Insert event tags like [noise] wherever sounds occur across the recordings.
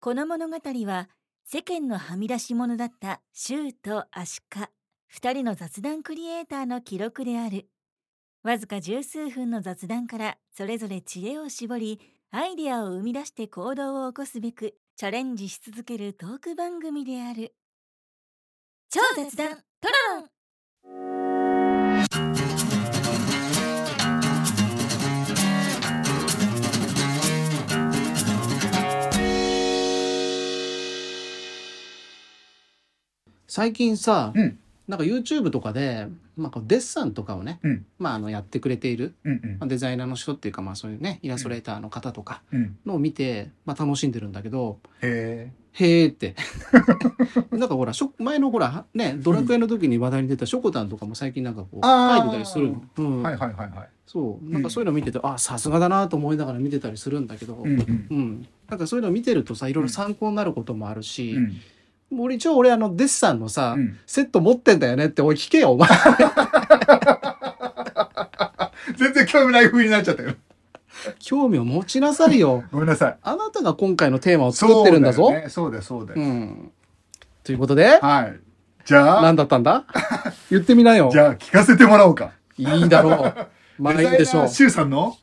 この物語は世間のはみ出し者だったシューとアシカ2人の雑談クリエイターの記録であるわずか十数分の雑談からそれぞれ知恵を絞りアイデアを生み出して行動を起こすべくチャレンジし続けるトーク番組である超雑談トロロン最近さ、うんなんか YouTube とかで、まあ、こうデッサンとかをね、うんまあ、あのやってくれている、うんまあデザイナーの人っていうか、まあ、そういうねイラストレーターの方とかうんうんのを見て、まあ、楽しんでるんだけどへへーって [laughs] なんかほらしょ前のほらねドラクエの時に話題に出たしょこたんとかも最近なんかこうあー書いてたりするの、うえんはいはいはいはいそうなんかそういうの見てて、あさすがだなと思いながら見てたりするんだけど、うんうんうんなんかそういうの見てるとさいろいろ参考になることもあるし、うん俺一応俺あのデッサンのさ、うんセット持ってんだよねっておい聞けよ [laughs] お前 [laughs] 全然興味ない風になっちゃったよ興味を持ちなさいよごめんなさいあなたが今回のテーマを作ってるんだぞう,、そうだよねそうだよそうだよんということではいじゃ何あだったんだ [laughs] 言ってみなよじゃあ聞かせてもらおうかいいだ [laughs] ろうまあいいでしょうデザイナーシュウさんの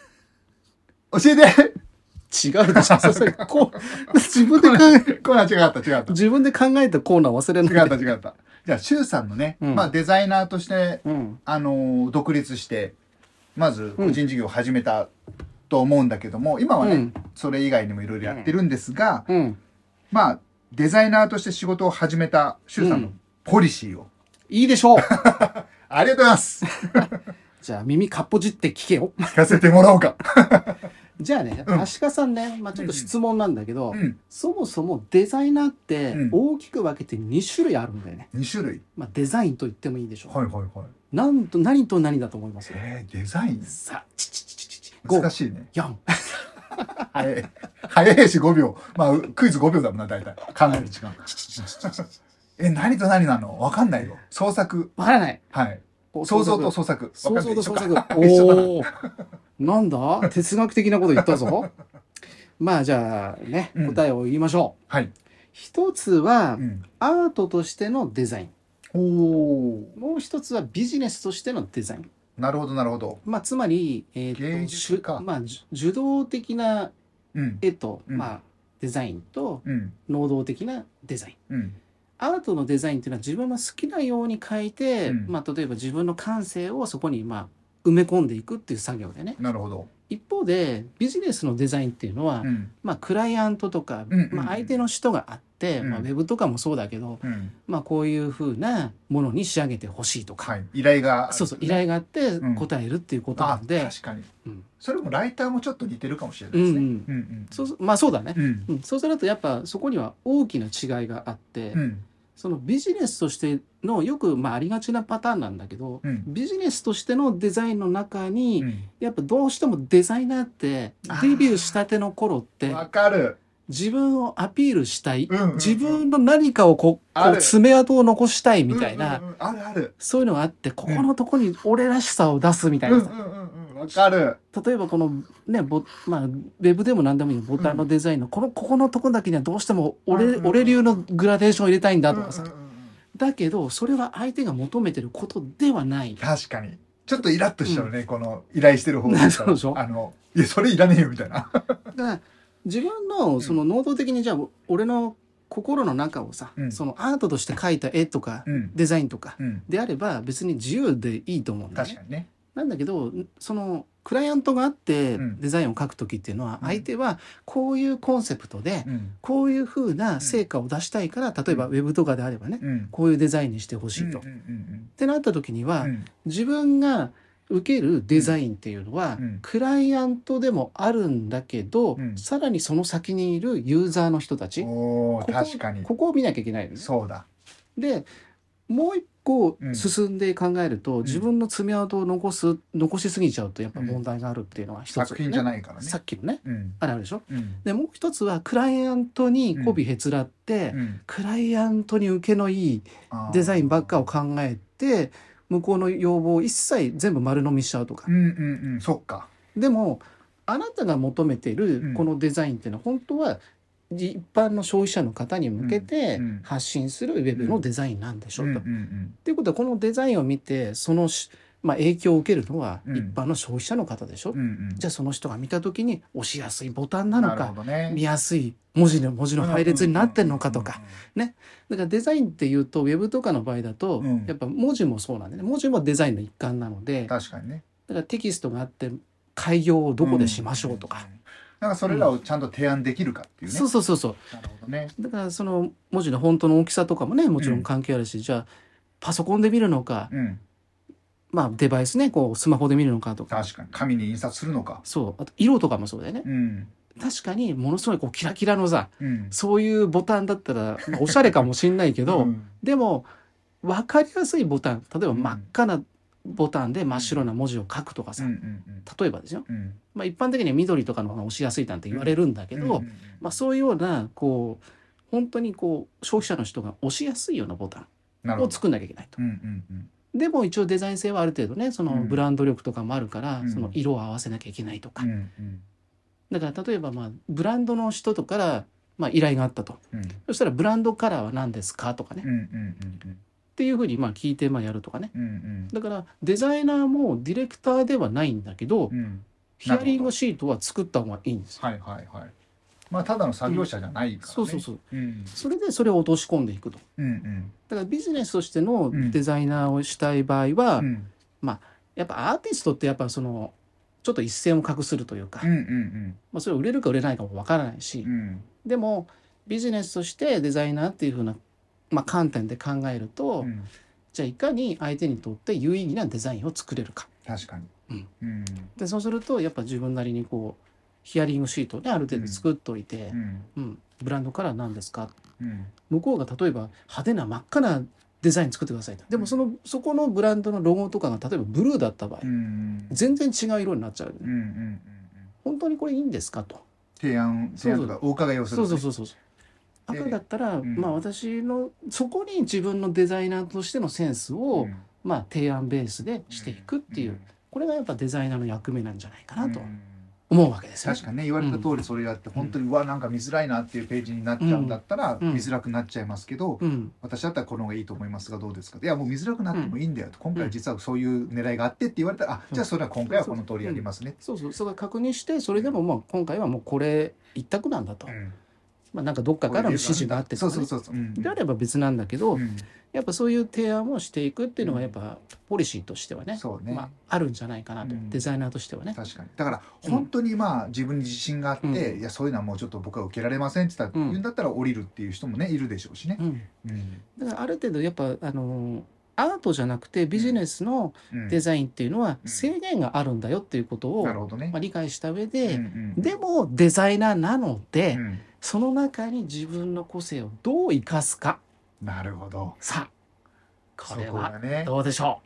[laughs] 教えて [laughs] 違うでしょそそれこう自分で考えコーナー違かった違った自分で考えたコーナー忘れ違なっいたで違ったじゃあシュウさんのね、うんまあデザイナーとしてうんあのー独立してまず個人事業を始めたと思うんだけども、今はね、うんそれ以外にもいろいろやってるんですが、うんまあデザイナーとして仕事を始めた周さんうのポリシーを、いいでしょうありがとうございますじゃあ耳かっぽじって聞けよ聞かせてもらおうかじゃあね、うんアシカさんね、まあ、ちょっと質問なんだけど、うんそもそもデザイナーってうん大きく分けて2種類あるんだよね。 2種類まあ、デザインと言ってもいいでしょう。はいはいはいなんと何と何だと思いますえー、デザインさあ、ちちちちちち、五難、しいね四、早い早いし5秒まあうクイズ5秒だもんな大体考える [laughs] 時間え何と何なのわかんないよ創作わからない。はいこう想像と創作想像と創作。 [laughs] 一緒だなおおー、なんだ哲学的なこと言ったぞ。 [laughs] まあじゃあね、うん答えを言いましょう。はい、一つはうん、アートとしてのデザイン。おおもう一つはビジネスとしてのデザイン。なるほどなるほどまあ、つまり、えー芸と術しゅかまあ、じゅ受動的なうん絵と、うんまあ、デザインとうん能動的なデザインうんアートのデザインっていうのは自分の好きなように描いて、うんまあ、例えば自分の感性をそこに、まあ、埋め込んでいくっていう作業でねなるほど一方でビジネスのデザインっていうのは、うんまあ、クライアントとか、うんうんうんまあ、相手の人があって、まあ、ウうんェブとかもそうだけど、うんまあ、こういうふうなものに仕上げてほしいとか、はい依頼がそうそう依頼があってうん答えるっていうことなあんで、確かに、うんそれもライターもちょっと似てるかもしれなういんうですね、ん、うんうんそうそうまあそうだね、うんうん、そうするとやっぱそこには大きな違いがあって、うんそのビジネスとしてのよくまあありがちなパターンなんだけど、うんビジネスとしてのデザインの中に、うやっぱどうしてもデザイナーってあデービューしたての頃ってんわかる自分をアピールしたい、うんうんうん自分の何かをこうこあうる爪痕を残したいみたいな、うんうんうんあるあるそういうのがあってここのとこに俺らしさを出すみたういんうなんさ、うんうんわかる例えばこのねボまあウェブでも何でもいいよボタンのデザインの、このここのとこだけにはどうしても俺,、うんうんうん俺流のグラデーションを入れたいんだとかさ、うんうんうんだけどそれは相手が求めてることではない確かにちょっとイラッとしちゃうね、この依頼してる方から [laughs] そうでしょあのいやそれいらねえよみたいな [laughs] だから自分のその能動的にじゃあ俺の心の中をさ、うんそのアートとして描いた絵とか、うんデザインとかうんであれば別に自由でいいと思うんだよ確ねかにねなんだけどそのクライアントがあってうんデザインを描く時っていうのはうん相手はこういうコンセプトで、うんこういうふうな成果を出したいから、例えばウェブとかであればね、うんこういうデザインにしてほしいと。うっんうんてなった時にうんは、うん自分が受けるデザインっていうのは、うんクライアントでもあるんだけど、うんさらにその先にいるユーザーの人たち、こおーこ確かにここを見なきゃいけないのねそうだでもう一個うん進んで考えると、ん自分の爪痕を残す残しすぎちゃうとやっぱ問題があるっていうのは一つ、ね作品じゃないからねさっきのねうんあれあるでしょうんでもう一つはクライアントに媚びへつらって、うんクライアントに受けのいいあーデザインばっかを考えて向こうの要望を一切全部丸飲みしちゃうとかう、んうんうんそっかでもあなたが求めてうるんこのデザインっていうのは本当は一般の消費者の方に向けてうんうん発信するウェブのデザインなんでしょううんうと。んっていうことはこのデザインを見てそのし、まあ、影響を受けるのはう一ん般の消費者の方でしょ、うんうんじゃあその人が見た時に押しやすいボタンなのるかほどね見やすい文字の文字の配列になってるのかとか、だからデザインっていうとウェブとかの場合だと、うんやっぱ文字もそうなんでね文字もデザインの一環なのでうん確かにねだからテキストがあって開業をどこでしましょうとか、んんんなんかそれらをちゃんと提案できるかっていうねそうそうそうそうなるほどねだからその文字のフォントの大きさとかもねもちろん関係あるし、じゃあパソコンで見るのか、うんまあデバイスねこうスマホで見るのかとか確かに紙に印刷するのかそうあと色とかもそうだよね、うん確かにものすごいこうキラキラのさうんそういうボタンだったら、まあおしゃれかもしんないけど、うんでも分かりやすいボタン例えばうん真っ赤なボタンで真っ白な文字を書くとかさ、うんうん例えばですよ、うんうんまあ、一般的には緑とかの方が押しやすいなんて言われるんだけど、うんうんまあ、そういうようなこう本当にこう消費者の人が押しやすいようなボタなンるほをど作んなきゃいけないとう。んうんでも一応デザイン性はある程度ねそのうんブランド力とかもあるから、うんその色を合わせなきゃいけないとか、うんうんうんだから例えばまあブランドの人とかからまあ依頼があったとうんそしたらブランドカラーは何ですかとかね、っうんうんうんていうふうにまあ聞いてまあやるとかねうんうんだからデザイナーもディレクターではないんだけど、うんうんヒアリングシートは作った方がいいんですよ。はいはいはいまあただの作業者じゃないからねそうそうそううんそれでそれを落とし込んでいくと。うんうんだからビジネスとしてのうんデザイナーをしたい場合は、うんやっぱアーティストってやっぱそのちょっと一線を画するというか、うんうんまあ、それは売れるか売れないかもわからないし、うんうんでもビジネスとしてデザイナーっていうふうな、まあ、観点で考えると、うんじゃあいかに相手にとって有意義なデザインを作れるか。確かにうんうんでそうするとやっぱ自分なりにこうヒアリングシートをねある程度作っといて、うんうん、ブランドカラー何ですかうん向こうが例えば派手な真っ赤なデザイン作ってくださいとでもそのそこのブランドのロゴとかが例えばブルーだった場合、うん全然違う色になっちゃう、うんうんうん本当にこれいいんですかと提案提案とかお伺いをするそうそうそううそうで赤だったら、んまあ私のそこに自分のデザイナーとしてのセンスを、んまあ提案ベースでしていくっていう、んこれがやっぱデザイナーの役目なんじゃないかなとうん思うわけですよ、確かにね言われた通りそれやって本当にうわなんか見づらいなっていうページになっちゃうんだったらうん見づらくなっちゃいますけどうん私だったらこの方がいいと思いますがどうですかいやもう見づらくなってもいいんだよと今回実はそういう狙いがあってって言われたらあじゃあそれは今回はこの通りやりますねそうそうそれ確認してそれでもまあ今回はもうこれ一択なんだと、うんまあ、なんかどっかからの指示があってそとかうそねうそうそううんであれば別なんだけど、うんやっぱそういう提案をしていくっていうのがやっぱポリシーとしてはねそうねまあ、あるんじゃないかなと、うんデザイナーとしてはね。確かにだから本当にまあ自分に自信があって、うんいやそういうのはもうちょっと僕は受けられませんって言ったら、うん言うんだったら降りるっていう人もねいるでしょうしねう。ん、うんだからある程度やっぱあのーアートじゃなくてビジネスのうんデザインっていうのはうん制限があるんだよっていうことを、なるほどねまあ、。理解した上うんで、うんでもデザイナーなので、うんその中に自分の個性をどう生かすかなるほど。さあこれはそこがねどうでしょ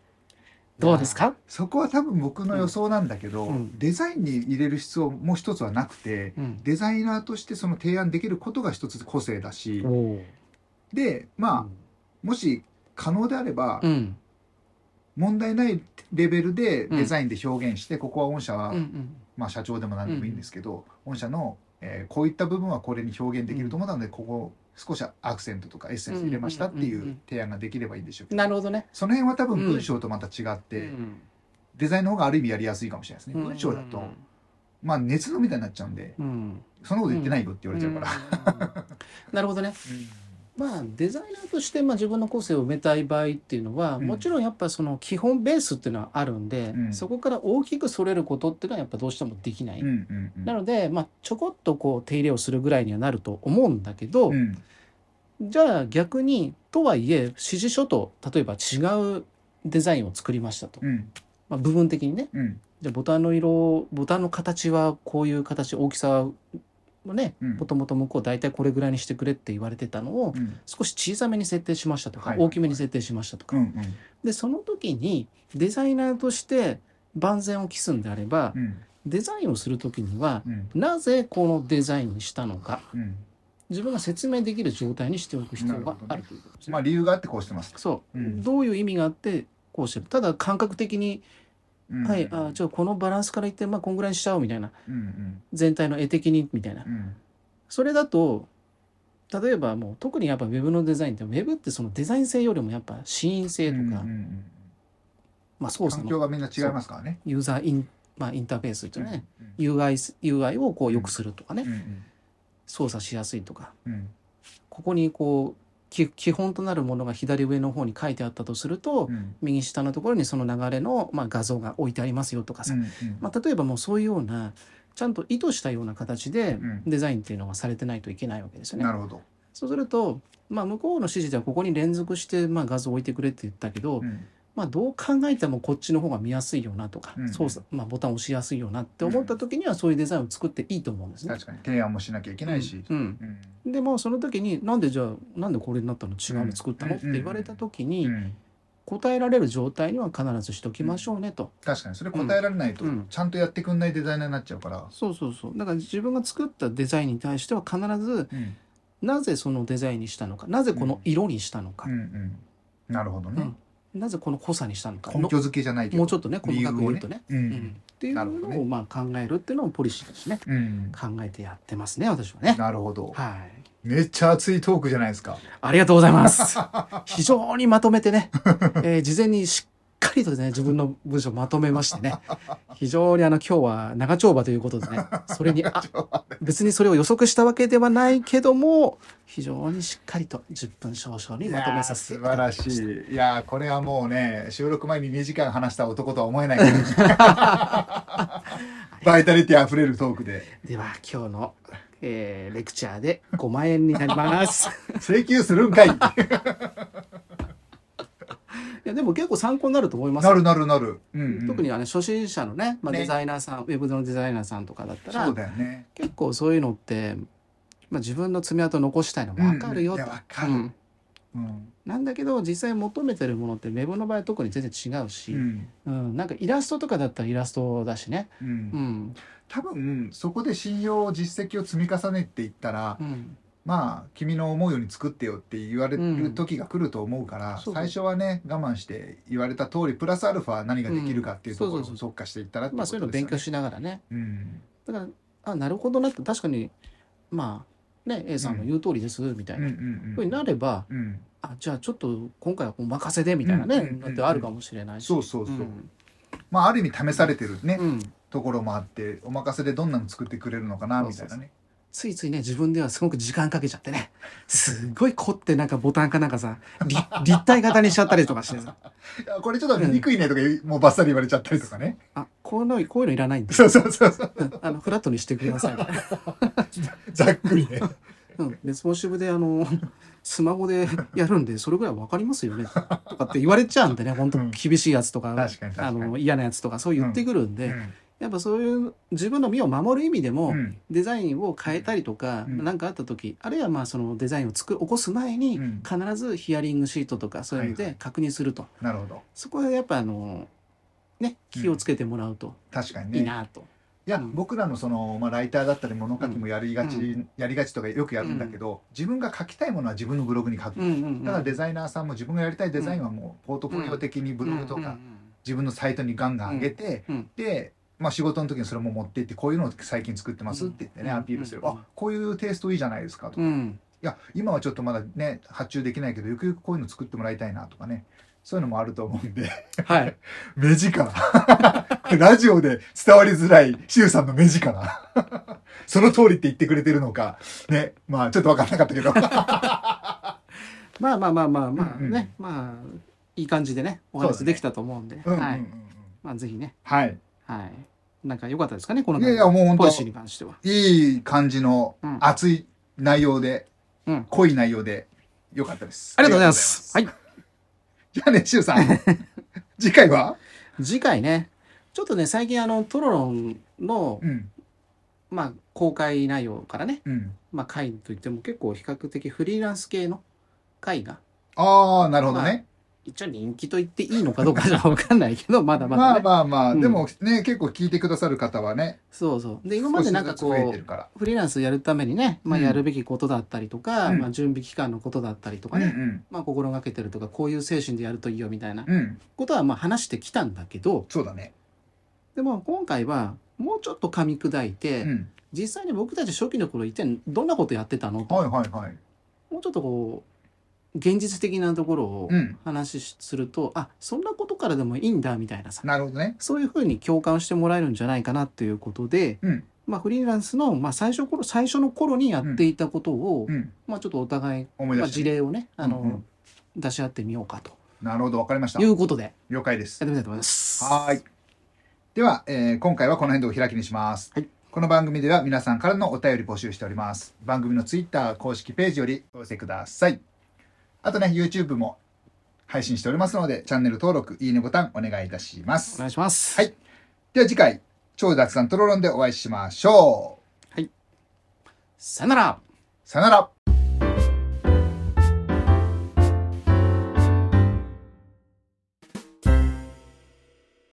うどうですか、そこは多分僕の予想なんだけど、うんうんデザインに入れる必要も一つはなくてうんデザイナーとしてその提案できることが一つ個性だし、おーでまあもし可能であれば、うん問題ないレベルでうんデザインで表現して、ここは御社はうんうんまあ、社長でも何でもいいんですけど、御社の、えーこういった部分はこれに表現できると思ったので、ここ少しアクセントとかエッセンス入れましたっていんうんうんううん提案ができればいいんでしょうけど、なるほどね。その辺は多分うん文章とまた違っうて、んデザインの方がある意味やりやすいかもしれないですね、文章だと、まあ熱のみたいになっちゃうんでうん、そんなこと言ってないよって言われちゃうから、ら。なるほどね。まあデザイナーとしてまあ自分の個性を埋めたい場合っていうのは、うんもちろんやっぱその基本ベースっていうのはあるんで、うんそこから大きくそれることっていうのはやっぱどうしてもできない。うんうんうんなので、まあ、ちょこっとこう手入れをするぐらいにはなると思うんだけど、うんじゃあ逆にとはいえ指示書と例えば違うデザインを作りましたと、うんまあ、部分的にねうんじゃあボタンの色ボタンの形はこういう形大きさもねうんもともと向こう大体これぐらいにしてくれって言われてたのをうん少し小さめに設定しましたとか、はいはいはい大きめに設定しましたとうか、んうんでその時にデザイナーとして万全を期すんであれば、うんデザインをする時にはうんなぜこのデザインにしたのかうん自分が説明できる状態にしておく必要があるということですね。まあ理由があってこうしてますそう、うんどういう意味があってこうしてるただ感覚的にうんはい、あちょっとこのバランスから言って、まあ、こんぐらいにしちゃおうみたいな。うんうん全体の絵的にみたいなう。んそれだと、例えばもう特にやっぱウェブのデザインって、ウェブってそのデザイン性よりもやっぱシーン性とか、うんうんうんまあ操作環境のがみんな違いますからね。ユーザーイン、まあ、インターフェースというのはね、うん。 UI, UI をこう良くするとかね、うん操作しやすいとか、うんうんここにこう、き基本となるものが左上の方に書いてあったとすると、うん右下のところにその流れの、まあ、画像が置いてありますよとかさ、うんまあ、例えばもうそういうようなちゃんと意図したような形でうんデザインっていうのがされてないといけないわけですよね。なるほど。そうすると、まあ、向こうの指示ではここに連続してまあ画像を置いてくれって言ったけど、うんまあ、どう考えてもこっちの方が見やすいよなとか、うん操作まあ、ボタンを押しやすいよなって思った時にはそういうデザインを作っていいと思うんですね。確かに提案もしなきゃいけないし。うんうんうんでもその時になんでじゃあなんでこれになったの違うの作ったの、うんって言われた時にうん答えられる状態には必ずしときましょうねと、確かにそれ答えられないとうんちゃんとやってくんないデザイナーになっちゃうから。そうそうそうだから自分が作ったデザインに対しては必ずうんなぜそのデザインにしたのかなぜこの色にしたのか、うんうんなるほどね。なぜこの濃さにしたのか根拠付けじゃないけのど。もうちょっとね細かく言うとねううんんっていうなるほどのをねまあ考えるっていうのをポリシーとしてねうん。考えてやってますね私はねなるほど。はいめっちゃ熱いトークじゃないですか。ありがとうございます [laughs] 非常にまとめてね、えー事前にしっかりとね自分の文章をまとめましてね非常にあの今日は長丁場ということでねそれにあ別にそれを予測したわけではないけども非常にしっかりと10分少々にまとめさせていやー素いただきま晴らしいいやーこれはもうね収録前に2時間話した男とは思えないぐらいバイタリティ溢れるトークでしたでは今日の、えーレクチャーで5万円になります請求するんかいいやでも結構参考になると思いますなるなるなる、うんうん特にあの初心者のね、まあ、ねデザイナーさん、ウェブのデザイナーさんとかだったらそうだよね結構そういうのって、まあ、自分の爪痕残したいの分かるようんと、いやわかうるんうん、なんだけど実際求めてるものってウェブの場合は特に全然違うし、ううんんなんかイラストとかだったらイラストだしね、う、うんん多分そこで信用実績を積み重ねていったら、うんまあ君の思うように作ってよって言われる時が来ると思うから、そうそう最初はね我慢して言われた通りプラスアルファ何ができるかっていうところうんそうそうをそ特化していったらってまこあ、とそうですいうよのねを勉強しながらねうんだからあなるほどなって確かにまあね A さんの言う通りですみたいな、ふうになればうん、あじゃあちょっと今回はお任せでみたいなね、うんうんうんうんだってあるかもしれないし。そうそうそう、うんまあある意味試されてるね、うんところもあってお任せでどんなの作ってくれるのかなみたいなねついついね、自分ではすごく時間かけちゃってね、すっごい凝ってなんかボタンかなんかさ、 [laughs] り立体型にしちゃったりとかしてさ、いやこれちょっと見にくいねとか言うもうバッサリ言われちゃったりとかねあ、こういうの、こういうのいらないんで、そうそうそうそううんあの、フラットにしてください。ざっくりねうん、レスポンシブであの、スマホでやるんで、それぐらいわかりますよね、とかって言われちゃうんでね、本当うん厳しいやつとか、確かに確かあにの、嫌なやつとか、そう言ってくるんで、うんやっぱそういう、自分の身を守る意味でも、うんデザインを変えたりとかうん何、なん、かあった時あるいはまあそのデザインを作起こす前にうん必ずヒアリングシートとかそういうのはいでは確認すると、なるほどそこはやっぱあのね気をつけてもらうと確かにねいいなと、いや、うん僕らのその、まあ、ライターだったり物書きもやりがち、うやりがちとかよくやるんだけど、自分が書きたいものは自分のブログに書く、うんうんうん、ただデザイナーさんも自分がやりたいデザインはもうポートフォリオ的にブログとか、自分のサイトにガンガン上げて、うんうんで、まあ、仕事の時にそれも持ってってこういうのを最近作ってますって言ってね、うんアピールする、うんあこういうテイストいいじゃないですかとか、うんいうんや今はちょっとまだね発注できないけどゆくゆくこういうの作ってもらいたいなとかねそういうのもあると思うんうでん、はい目力 [laughs] これラジオで伝わりづらいシュウさんの目力 [laughs] その通りって言ってくれてるのかねまあちょっと分からなかったけ [laughs] どまあまあまあまあまあうんうんね、まあいい感じでねおそうだ話ねできたと思うんで、うんうんうんうんはいまあぜひねはいはいなんか良かったですかねこのいやいやもう本ポリシー当に関しては。いい感じのうん熱い内容で、うん濃い内容でよかったですありがとうございます。はいじゃあね、シュウさん。 [laughs] 次回は次回ねちょっとね最近あのトロロンのうん。まあ、公開内容からね、うん。まあ、会といっても結構比較的フリーランス系の会がああ、なるほどね。一応人気と言っていいのかどうかじゃ [laughs] 分かんないけどまだまだ、まあねまあまあ、うんでもね、結構聞いてくださる方はね、そうそうで今までなんかこ少しずつ増えてうるから。フリーランスやるためにね、まあ、うんやるべきことだったりとか、うんまあ、準備期間のことだったりとかうんね、うん。まあ、心がけてるとかこういう精神でやるといいよみたいなうん。ことはまあ話してきたんだけどそうだね。でも今回はもうちょっと噛み砕いて、うん。実際に僕たち初期の頃一体どんなことやってたのとはいはいはい。もうちょっとこう現実的なところをうん。話しすると、あそんなことからでもいいんだみたいなさなるほどね。そういうふうに共感してもらえるんじゃないかなということで、うんまあ、フリーランスの、まあ、最初頃最初の頃にやっていたことを、うん。まあ、ちょっとお互い、思いま出あ、し事て。例をねあの、うんうん出し合ってみようかとなるほど、わかりましたい。うことでや了解ですっ。てみたいと思います。はーい。では、えー今回はこの辺でお開きにします。はいこの番組では皆さんからのお便り募集しております。番組のツイッター公式ページよりお寄せください。あとね、YouTube も配信しておりますので、チャンネル登録、いいねボタンお願いいたしまおす。願いします。はいでは次回、超たくさんトロロンでお会いしましょう。さよならさよなら。